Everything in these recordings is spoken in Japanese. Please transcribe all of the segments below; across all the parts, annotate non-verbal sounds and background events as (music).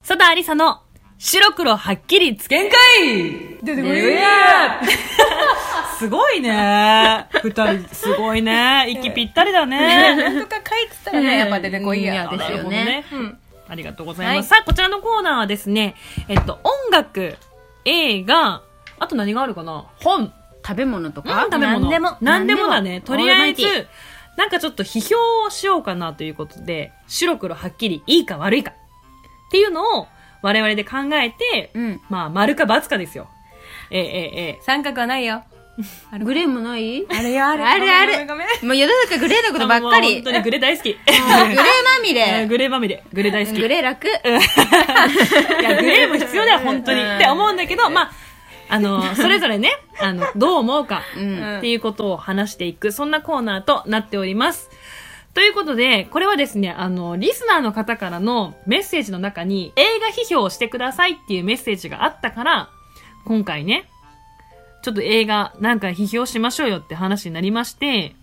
佐田ありさの白黒はっきりつけんかい出てこいね (laughs) すごいね。二人、すごいね。息ぴったりだね。なんとか書いてたらね、やっぱ出てこいや。うんいやですよねなるほどうんありがとうございます。さあ、こちらのコーナーはですね、えっと、音楽、映画、あと何があるかな本、食べ物とか食べ物。何でも何でもだね。とりあえずオールマイテ、なんかちょっと批評をしようかなということで、白黒はっきり、いいか悪いか。っていうのを、我々で考えて、ィーまあ、丸か×かですよ。ええええ三角はないよ。うんグレー (laughs) もないあれよ、あれ。あるあるごめんごめんごめんもう世の中グレーのこえとばっかもうり本当にグレ大好き。うん (laughs) グレーまみえーれグレーまみれ。グレー大好き。グレー楽いや、グレーも必要だよ、本当に。うんって思うんだけど、まあ、あの、それぞれね、あの、どう思うか、うんっていうことを話していく、そんなコーナーとなっております。ということで、これはですね、あの、リスナーの方からのメッセージの中に、映画批評をしてくださいっていうメッセージがあったから、今回ね、ちょっと映画なんか批評しましょうよって話になりまして、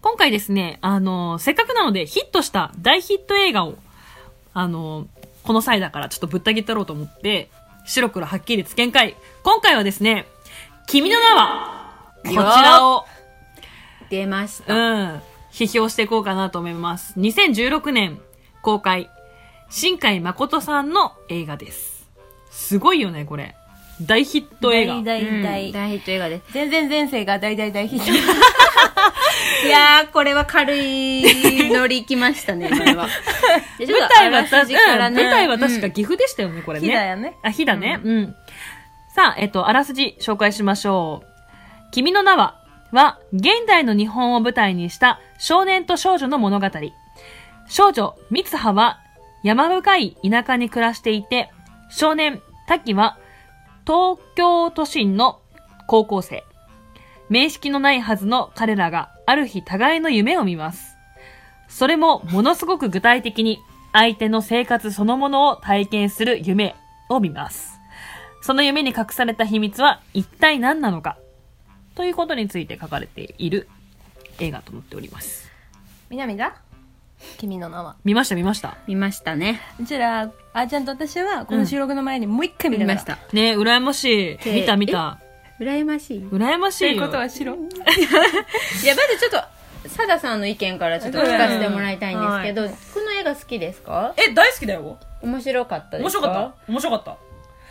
今回ですね、あの、せっかくなのでヒットした大ヒット映画を、あの、この際だからちょっとぶった切ったろうと思って、白黒はっきりつけんかい。今回はですね、君の名は、こちらを、出ましうたん、批評していこうかなと思います。2016年公開、新海誠さんの映画です。すごいよね、これ。大ヒット映画。大大うん大。大ヒット映画です全然前世が大大大ヒッ (laughs) ト。いやーこれは軽い乗りきま (laughs) したねこれは舞舞台はた、うん舞台はか確か岐阜でしたよね、これね。日だよね。あ、火だね。うん。さあ、えっと、あらすじ紹介しましょう。君の名は、は、現代の日本を舞台にした少年と少女の物語。少女、三葉は、山深い田舎に暮らしていて、少年、滝は、東京都心の高校生。面識のないはずの彼らが、ある日互いの夢を見ます。それも、ものすごく具体的に、相手の生活そのものを体験する夢を見ます。その夢に隠された秘密は一体何なのかということについて書かれている映画となっております。南だ君の名は。見ました見ました。見ましたねうちら、あーちゃんと私は、この収録の前にもう一回見見まましした。たねえ、羨ましい。え見た見た。羨ましい羨ましといいうよ。ことは白。いやまずちょっとサダさんの意見からちょっと聞かせてもらいたいんですけど、この映画好きですかえ、大好きだよ。面白かったですかた。面白かった。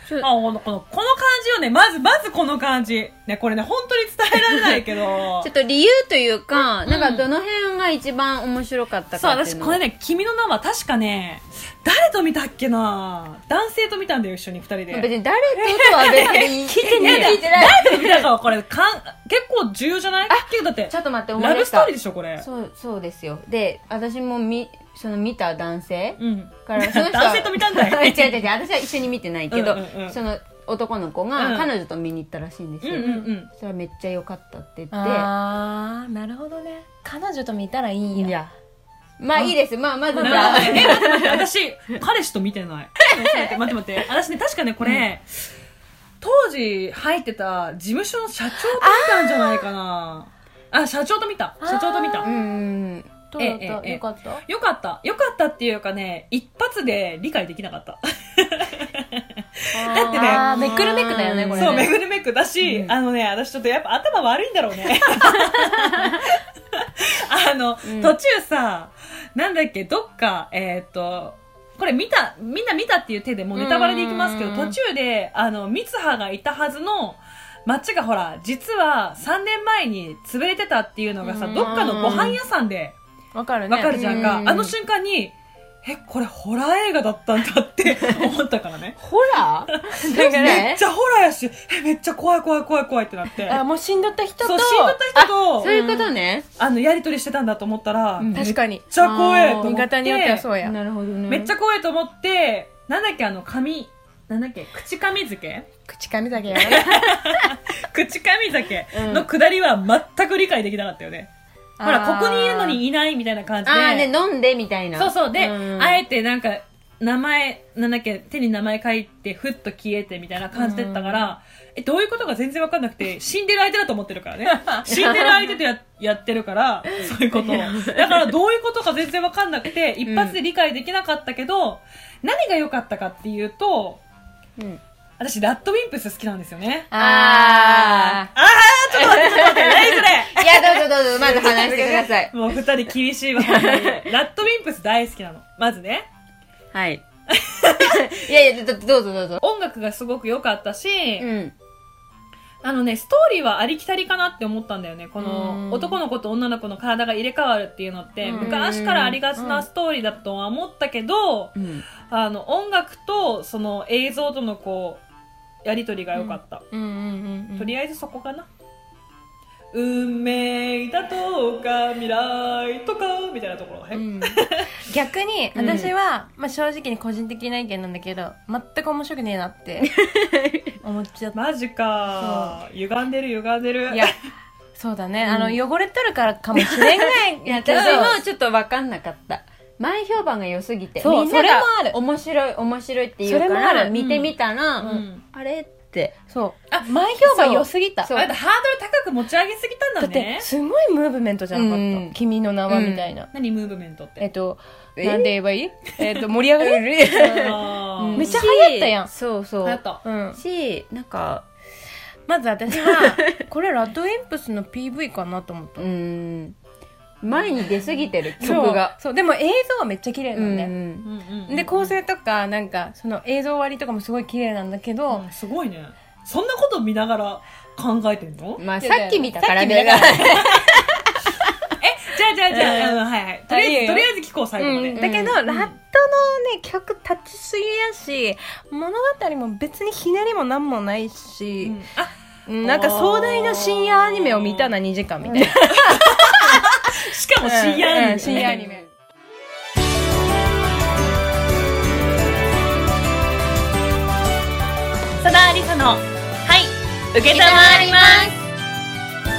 ちょあこの、この、この感じよね。まず、まずこの感じ。ね、これね、本当に伝えられないけど (laughs) ちょっと理由というか、なんかどの辺が一番面白かったそう、かってい私うのこれね、君の名は確かね、誰と見たっけな男性と見たんだよ、一緒に二人で。別に誰ととは別に聞いてねえ (laughs) 聞いてない誰と見たかはこれ、かん、結構重要じゃない結構だってちょ、っと待って思いラ出ブスしトーたリーでしょ、これ。そうそうですよで私もみその見た男性うん。からその人は男性と見たんだよ (laughs) 違う違う違う私は一緒に見てないけど、うんうんうんその男の子うんが彼女と見に行ったらしいんですうんよ、うんうん。それはめっちゃ良かったって言ってあー、なるほどね。彼女と見たらいいんいや。や。まあいいです。まあまずじゃなあるほどねえ、待って待って、私、彼氏と見て (laughs) ない。ちょっと待って待って待って、私ね、確かね、これ、当時入ってた事務所の社長と見たんじゃないかな。あ、社長と見た。社長と見たう。ん。どうだっえええたえよかったよかった。よかったっていうかね、一発で理解できなかった。だってねあーめくるめくだよねこれそう、めぐるめくだし、うんあのね、私ちょっとやっぱ頭悪いんだろう (laughs) ね。あの、うん途中さ、なんだっけ、どっか、えーっと、これ見た、みんな見たっていう手でもうネタバレでいきますけど、うんうんうん途中で、あの、三葉がいたはずの、町がほら、実は3年前に潰れてたっていうのがさ、うんどっかのご飯屋さんで、わかるね。わかるじゃんか、うんあの瞬間に、え、これホラー映画だったんだって (laughs) 思ったからね。ホ (laughs) ラーだからめっねち。ゃホラーやし、え、めっちゃ怖い怖い怖い怖いってなって。あ、もう死んどった人そとう、死んだった人そとう、いうことね。あの、やりとりしてたんだと思ったら、うんめっ確かに。ちゃ怖えと思って。見方によってはそうや。なるほどね。めっちゃ怖いと思って、なんだっけ、あの、髪、なんだっけ、口髪漬 (laughs) け口噛みだけや (laughs) 口髪酒うんの下りは全く理解できなかったよね。ほら、ここにいるのにいないみたいな感じで。ああね、飲んでみたいな。そうそう。で、んあえてなんか、名前、なんだっけ、手に名前書いて、ふっと消えてみたいな感じだったから、え、どういうことか全然わかんなく (laughs) て、死んでる相手だと思ってるからね。死んでる相手とややってる (laughs) から、そういうことを。だからどういうことか全然わかんなくて、一発で理解できなかったけど、何が良かったかっていうと、うん私、ラッドウィンプス好きなんですよね。ああー、ちょっと待って、ちょっと待って、何それあ。いや、どうぞどうぞ、まず話してくだ (laughs) さい。もう二人厳しい (laughs) わ。ラッドウィンプス大好きなの。まずね。はい。 (laughs) いやいや、どどうぞどうぞ。音楽がすごく良かったし、うん。あのね、ストーリーはありきたりかなって思ったんだよね。こうの、ん男の子と女の子の体が入れ替わるっていうのって、うん昔からありがちなストーリーだとは思ったけど、うん。あの、音楽と、その映像とのこう、やりとりが良かった。うんうんうん。とりあえずそこかな。運命だとか、未来とか、みたいなところらへん。逆にうん私は、まあ、正直に個人的な意見なんだけど全く面白くねえなって思っちゃったマジか。歪んでる歪んでる。いやそうだね、あの汚れとるからかもしれんがい (laughs) やけど私もちょっと分かんなかった前評判が良すぎてそうみんながそれもある面白い面白いって言うかそれもあらる見てみたら、うんあれってそうあ前評判良すぎたそうあなたハードル高く持ち上げすぎたんだだってね。すごいムーブメントじゃなかった「うん君の名は」みたいな、何ムーブメントって。えっとえなんて言えばいいえっと盛り上がりあーめっちゃ流行ったやんしそうそう流行ったうん、しなんかまず私はこれラッドウィンプスの PV かなと思ったうーん前に出すぎてる曲がそうそうでも映像はめっちゃ綺麗なうのんね、うんうんうんうんで構成とかなんかその映像割りとかもすごい綺麗なんだけど、うんすごいねそんなこと見ながら考えてんのまあいやさっき見たからさっき見ねたかじゃあじゃあじゃあ、うんはいはいとりあえずいいよとりあえず聞こう最後まで、うんうんだけど、うラットのね曲立ちすぎやし物語も別にひねりもなんもないし、あうんなんか壮大な深夜アニメを見たな2時間みたいな、しかも深夜アニメ、うん深夜アニメ佐田ありさのはい受けたまわります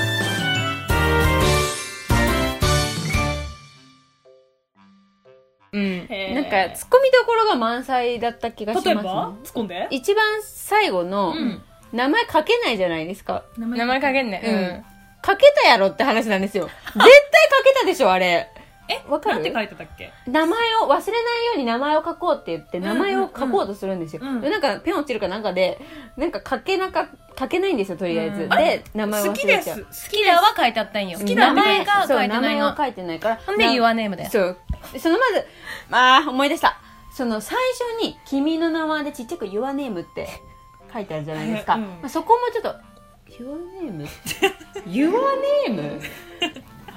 うんなんかツッコミどころが満載だった気がします、例えね、ば突っ込んで一番最後の、うん名前書けないじゃないですか名名前かけんね、うん書けたやろって話なんで (laughs) すよ。絶対書けたでしょ、あれ。えわかるなんて書いてたっけ名前を、忘れないように名前を書こうって言って、んうん名前を書こうとするんですよ。うんでなんか、ペン落ちるかなんかで、なんか書けなか、書けないんですよ、とりあえず。うんで、名前を好き忘でれすちゃう。好好ききでだはは書いてあったんよ好きだ名前がそう書いてない名前をの書いてないから。ほんでな Your Name だよそう。そのまず、あー、思い出した。その最初に、君の名はでちっちゃく Your Name って書いてあるじゃないですか。うんまあ、そこもちょっと、Your Name? Your Name?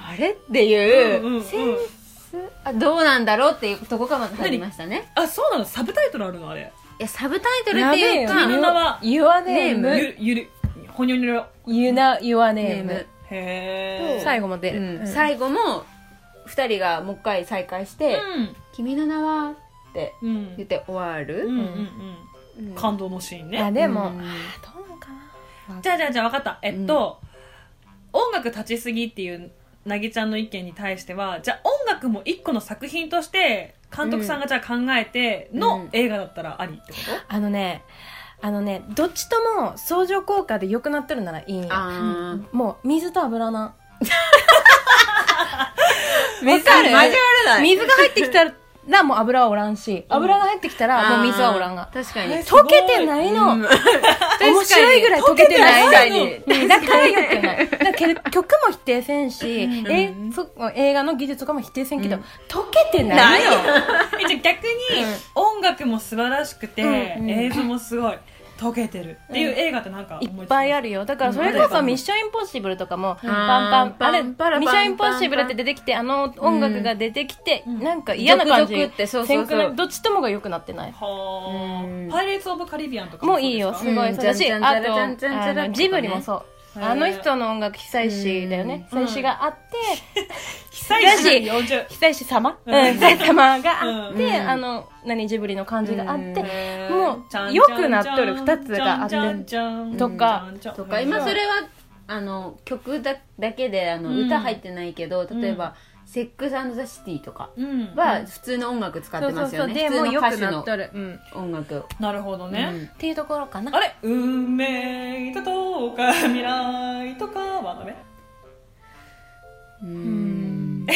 あれっていう、うんうんうんセンスあ、どうなんだろうっていうとこから入りましたね。あそうなのサブタイトルあるのあれいや、サブタイトルっていうやべえよか、名は Your うん Name ゆゆるほにょにょにょ You know Your ネーム Name へえ最後まで、うんうん最後も、二人がもう一回再会して、君の名はってうんうん言って終うわんうんる。うんうん感動のシーンねあでも、うんあーどうなんかなじゃあじゃあじゃあ分かった。えっと、音楽立ちすぎっていうなぎちゃんの意見に対しては、じゃあ音楽も一個の作品として、監督さんがじゃあ考えてうのん映画だったらありってこあのねあのねどっちとも相乗効果で良くなってるならいいんよあもう水と油なわかるー。わかる交われない。水が入ってきたらもう油はおらんし油が入ってきたらもう水はおらんあがー確かえに。すごい溶けてないの、うん面白いぐらい溶けてない確かにうんだからよくないだからけ曲も否定せんし、うんえそ映画の技術とかも否定せんけど、うん溶けてないのないよとえじゃあ逆に、音楽も素晴らしくて、うんうん映像もすごい、溶けてるっていう映画ってなんかいっぱいある。るよだからそれこそ「ミッションインポッシブル」とかも「パンパン」あれ「ミパラパンパンッションインポッシブル」って出てきてあの音楽が出てきて、なんか嫌な感じゾクゾクってそうそうそうせんくないどっちともが良くなってないはうんあ。パイレーツ・オブ・カリビアンとかもういいよそうすですごういんそうだしじゃんじゃあんとじゃんじゃんじゃんじゃんあのジブリもそうへーあの人の音楽久石だよねうん久石があってか久石の40。久石様うんうん久石様があっうてんあの何ジブリの感じがあっうんてへーもうじゃん良くなっとるじゃん二つがあってじゃんじゃんじゃんとかじゃんじゃんとか今うんそれはあの曲だだけであの、うん歌入ってないけど例えば、セックスザ・シティとかうんは普通の音楽使ってますよね。でもう良普く通のなっ歌手とる、うん、の音楽。なるほどうね。んっていうところかなあれ運命だとか未来とかはダメうーんん。な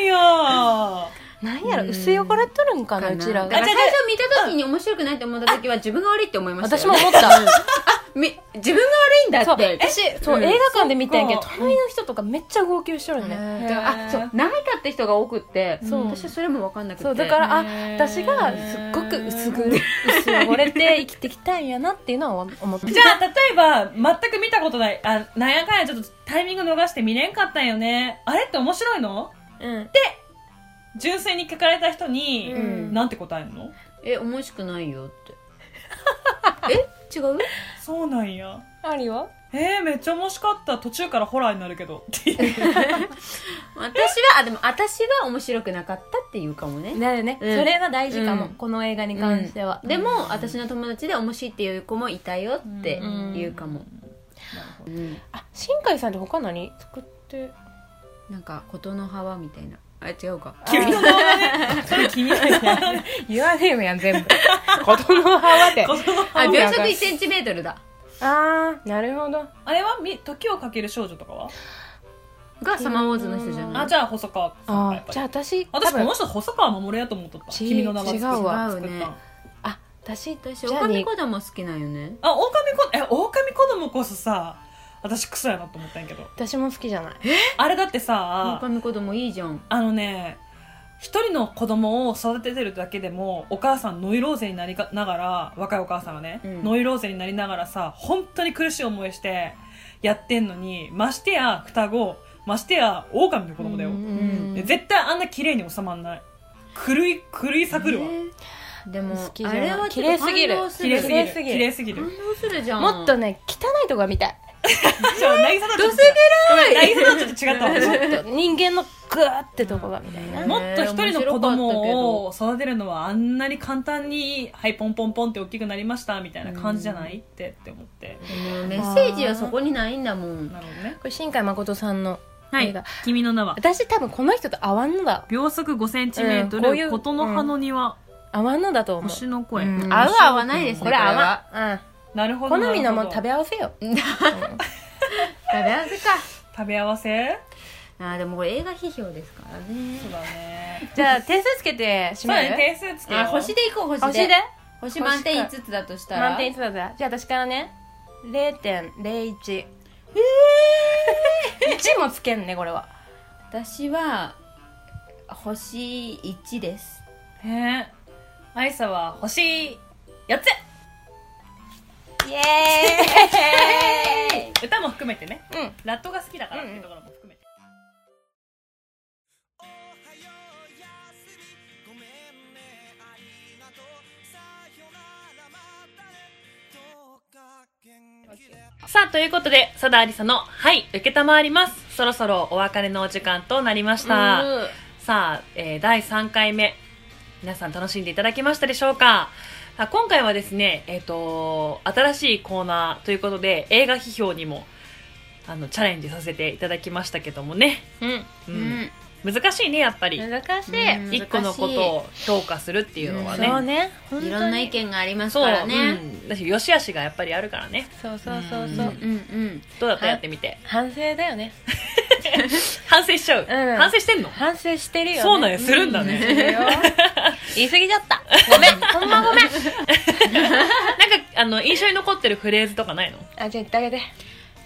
いよなんやろうん薄汚れとるんかなかうなちらだがから最初見た時に面白くないって思った時は自分が悪いって思いましたよ私ねも思ったみ自分が悪いんだそうって。私そう、うん映画館で見たんやけどそっか隣の人とかめっちゃ号泣しとるへね、へーーあ、そう、泣いたって人が多くって、そう私はそれも分かんなくて。そうだからあへー私がすっごく薄ぐ薄汚れて生きてきたんやなっていうのは思ってじゃあ、例えば、全く見たことない、あ、なんやかんやちょっとタイミング逃して見れんかったんよね。あれって面白いのうん純粋に聞かれた人に、うんなんて答えるのえ、面白くないよって。 (laughs) え違うそうなんや。ありはえー、めっちゃ面白かった。途中からホラーになるけ (laughs) ど。っていう私は、あ、でも私は面白くなかったっていうかもね。なるね、うんそれは大事かも、うんこの映画に関しては、でも、私の友達で面白いっていう子もいたよっていうかも。うんあ新海さんって他何作ってなんか、琴の葉はみたいな。あ、違うか。君の名はね、それ君の (laughs) 名はね。言わねえよやん全部子供はわて子供あ、秒速あ1センチメートルだ。あーなるほどあれはみ時をかける少女とかはがサマーウォーズの人じゃない。あ、じゃあ細川さんかやあっーぱじりゃあ私多私こ分の人細川守やと思っとった。ち君の名は作った違うわ作った違うねあ私私、じゃあ狼子供好きなんよね。あ、狼子、え、狼子供こそさ、私クソやなと思ったんやけど。私も好きじゃないあれだってさ、狼子供いいじゃん。あのね、一人の子供を育ててるだけでも、お母さんノイローゼになりかながら、若いお母さんがね、うんノイローゼになりながらさ、本当に苦しい思いしてやってんのに、ましてや双子、ましてや狼の子供だよ。うんで絶対あんな綺麗に収まんない。狂い、狂いさくるわ。ねでも好きじゃあないれは綺麗すぎる綺麗すぎる。綺麗すぎる綺麗すぎ感る。動するじゃんもっとね汚いとこが見たいちょ、渚とちょっと違う。ごめん渚とちょっと違ったわ。もっと (laughs) 人間のグーってとこが見たいなねもっと一人の子供を育てるのはあんなに簡単に「はいポンポンポン」って大きくなりましたみたいな感じじゃない、ってって思ってでもメッセージはそこにないんだもんなるほどねこれ新海誠さんの映画、 「君の名は私多分この人と合わんのだ」秒速 5cm、うんこういう琴の葉の庭、合わんのだと思う星の声、うん合う合わないですねこれ合わん、なるほうん、ど好みのもなんる食ほどべ合わせよ、 (laughs) 食べ合わせか食べ合わせあーでもこれ映画批評ですからねそうだねじゃあ点数つけてしそうまだうね点数つけようあ星でいこう星星でで星満点5つだとしたら満点いつだったじゃあ私からね0.01え (laughs) え1もつけんねこれは私は星1ですねあいさは星4イエつ歌も含めてねーイうんラットが好きだからっていうところも含めて、ごめんねありがとうさよならまたねどうか元気でさあ、ということで、佐田ありさの、はい、受けたまわります。そろそろお別れのお時間となりました。うんさあ、えー第3回目、皆さん楽しんでいただけましたでしょうかさあ今回はですね、えっ、と、新しいコーナーということで、映画批評にも、あの、チャレンジさせていただきましたけどもね。ううんん。難しいね、やっぱり。難しい、うん一個のことを評価するっていうのはね。そうね本当にいろんな意見がありますそうからねうんだし、よしあしがやっぱりあるからね。そうそうそううんそう、うんどうだったやってみて。反省だよね反省しちゃう。うん反省してんの反省してるよ、ね、そうなんや、するんだね。するよ言い過ぎちゃったごめんほんまごめんなんか、あの、印象に残ってるフレーズとかないのあじゃあ言ってあげて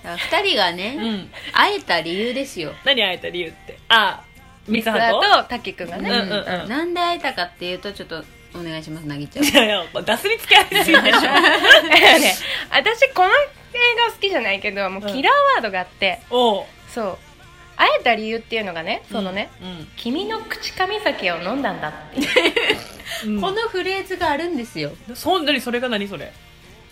2人がうねん。会えた理由ですよ何会えた理由って。あ、三つ葉とあと滝くんがうんね、うんうんなんで会えたかっていうとちょっとお願いしますなぎちゃんいやいや、出すりつけ合いすぎ (laughs) でしょ。 (laughs) ね私この映画好きじゃないけどもうキラーワードがあって、おう。そう会えた理由っていうのがねそのね、うん。君の口紙酒を飲んだんだってうん。このフレーズがあるんですよそんなにそれが何それ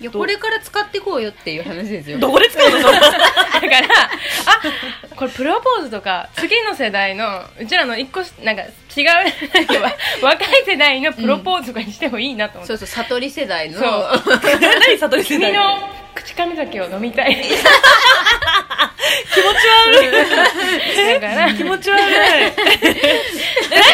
いやどうこれから使ってこうよっていう話ですよどこで使う (laughs) のそれ (laughs) だからあこれプロポーズとか次の世代のうちらの一個しなんか違うなんか若い世代のプロポーズとかにしてもいいなと思って、そうそう悟り世代のそう何悟り世代君の口紙酒を飲みたいだから気持ち悪い (laughs) えな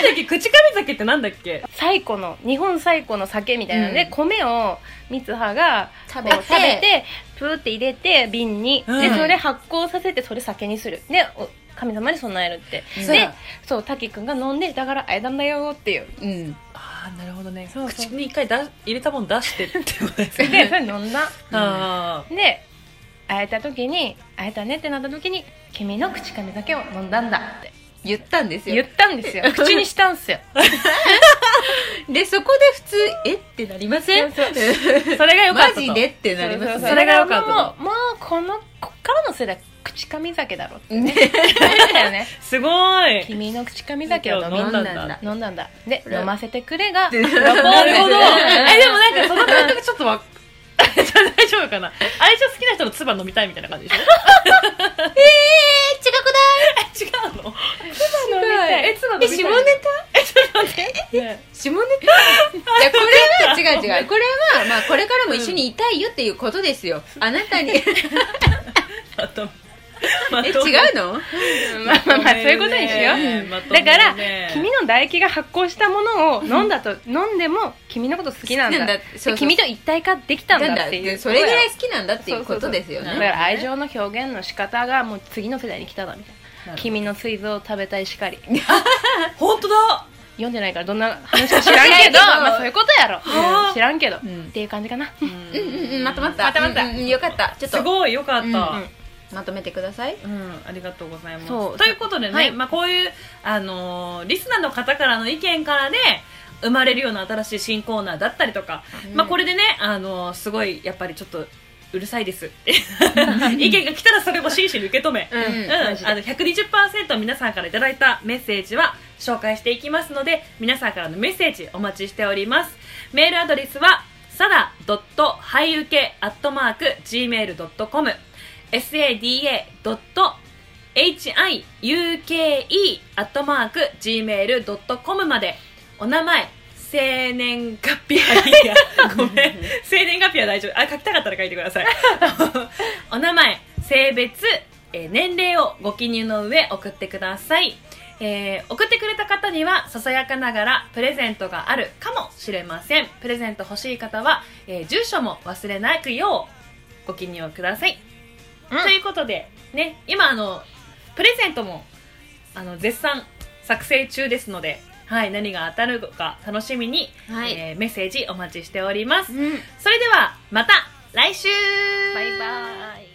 んだっけ口かみ酒ってなんだっけ最古の日本最古の酒みたいなので、うん米を三葉が食こべうて食べてプーって入れて瓶に、うんでそれ発酵させてそれ酒にするでお神様に備えるってそうでだそう滝くんが飲んでだからあえたんだよっていううんああなるほどねそうそう口に一回だ入れたもん出してってことですでそねれ飲んだ (laughs) あーで会えた時に会えたねってなった時に君の口かみ酒を飲んだんだって言ったんです言よったんですよ口にしたんですよ (laughs) でそこで普通えってなりませんそれが良かったマとジでってなりますそうそうそねそうれが良かったもうもうこのこっからの世代口かみ酒だろってねだ (laughs) よねすごい君の口かみ酒を飲み飲んだん飲んだんだ (laughs) (laughs) だ飲んだんだでこれ飲ませてくれがなるほプどロポーなズるほどえ (laughs) でもなんかその感覚ちょっとわじゃあ大丈夫かな愛情好きな人の唾飲みたいみたいな感じでしょえ違 (laughs) くない違うの飲みたいえ唾飲みえたい下ネタね下ネタいやこれは違う違うこれはまあこれからも一緒にいたいよっていうことですよあなたにえま (laughs) とめま違とめうのまあまあまあそういうことにしようまとめだねから君の唾液が発酵したものを飲んだと飲んでも君のこと好きなんだ好きなんだそうそうで君と一体化できたんだってないうそれぐらい好きなんだっていうことですよそうそうそうだねから愛情の表現の仕方がもう次の世代に来ただみたいな君の膵臓を食べたいしか (laughs) り本当だ読んでないからどんな話か知らんけど知らんけどまあそういうことやろはあうん知らんけど、んっていう感じかなうんうんうんうんまとまったまとまったうんうんよかったちょっすとごいよかっうんた、まとめてくださいうん、ありがとうございます。そうということでね、はいまあ、こういう、あのーリスナーの方からの意見からで、生まれるような新しい新コーナーだったりとか、まあ、これでね、あのーすごい、やっぱりちょっと、うるさい (laughs) です。意見が来たらそれも真摯に受け止め。うんうん、マジであの120%皆さんからいただいたメッセージは紹介していきますので皆さんからのメッセージお待ちしておりますメールアドレスはさだはい受け .gmail.com sada.hiuke.gmail.com までお名前生年月日はいいやごめん生年月日は大丈夫あ書きたかったら書いてく (laughs) ださいお名前性別、えー年齢をご記入の上送ってください、えー送ってくれた方にはささやかながらプレゼントがあるかもしれませんプレゼント欲しい方は、えー住所も忘れなくようご記入をください、うんということでね今あのプレゼントもあの絶賛作成中ですのではい、何が当たるのか楽しみに、はいえーメッセージお待ちしております。うんそれではまた来週バイバーイ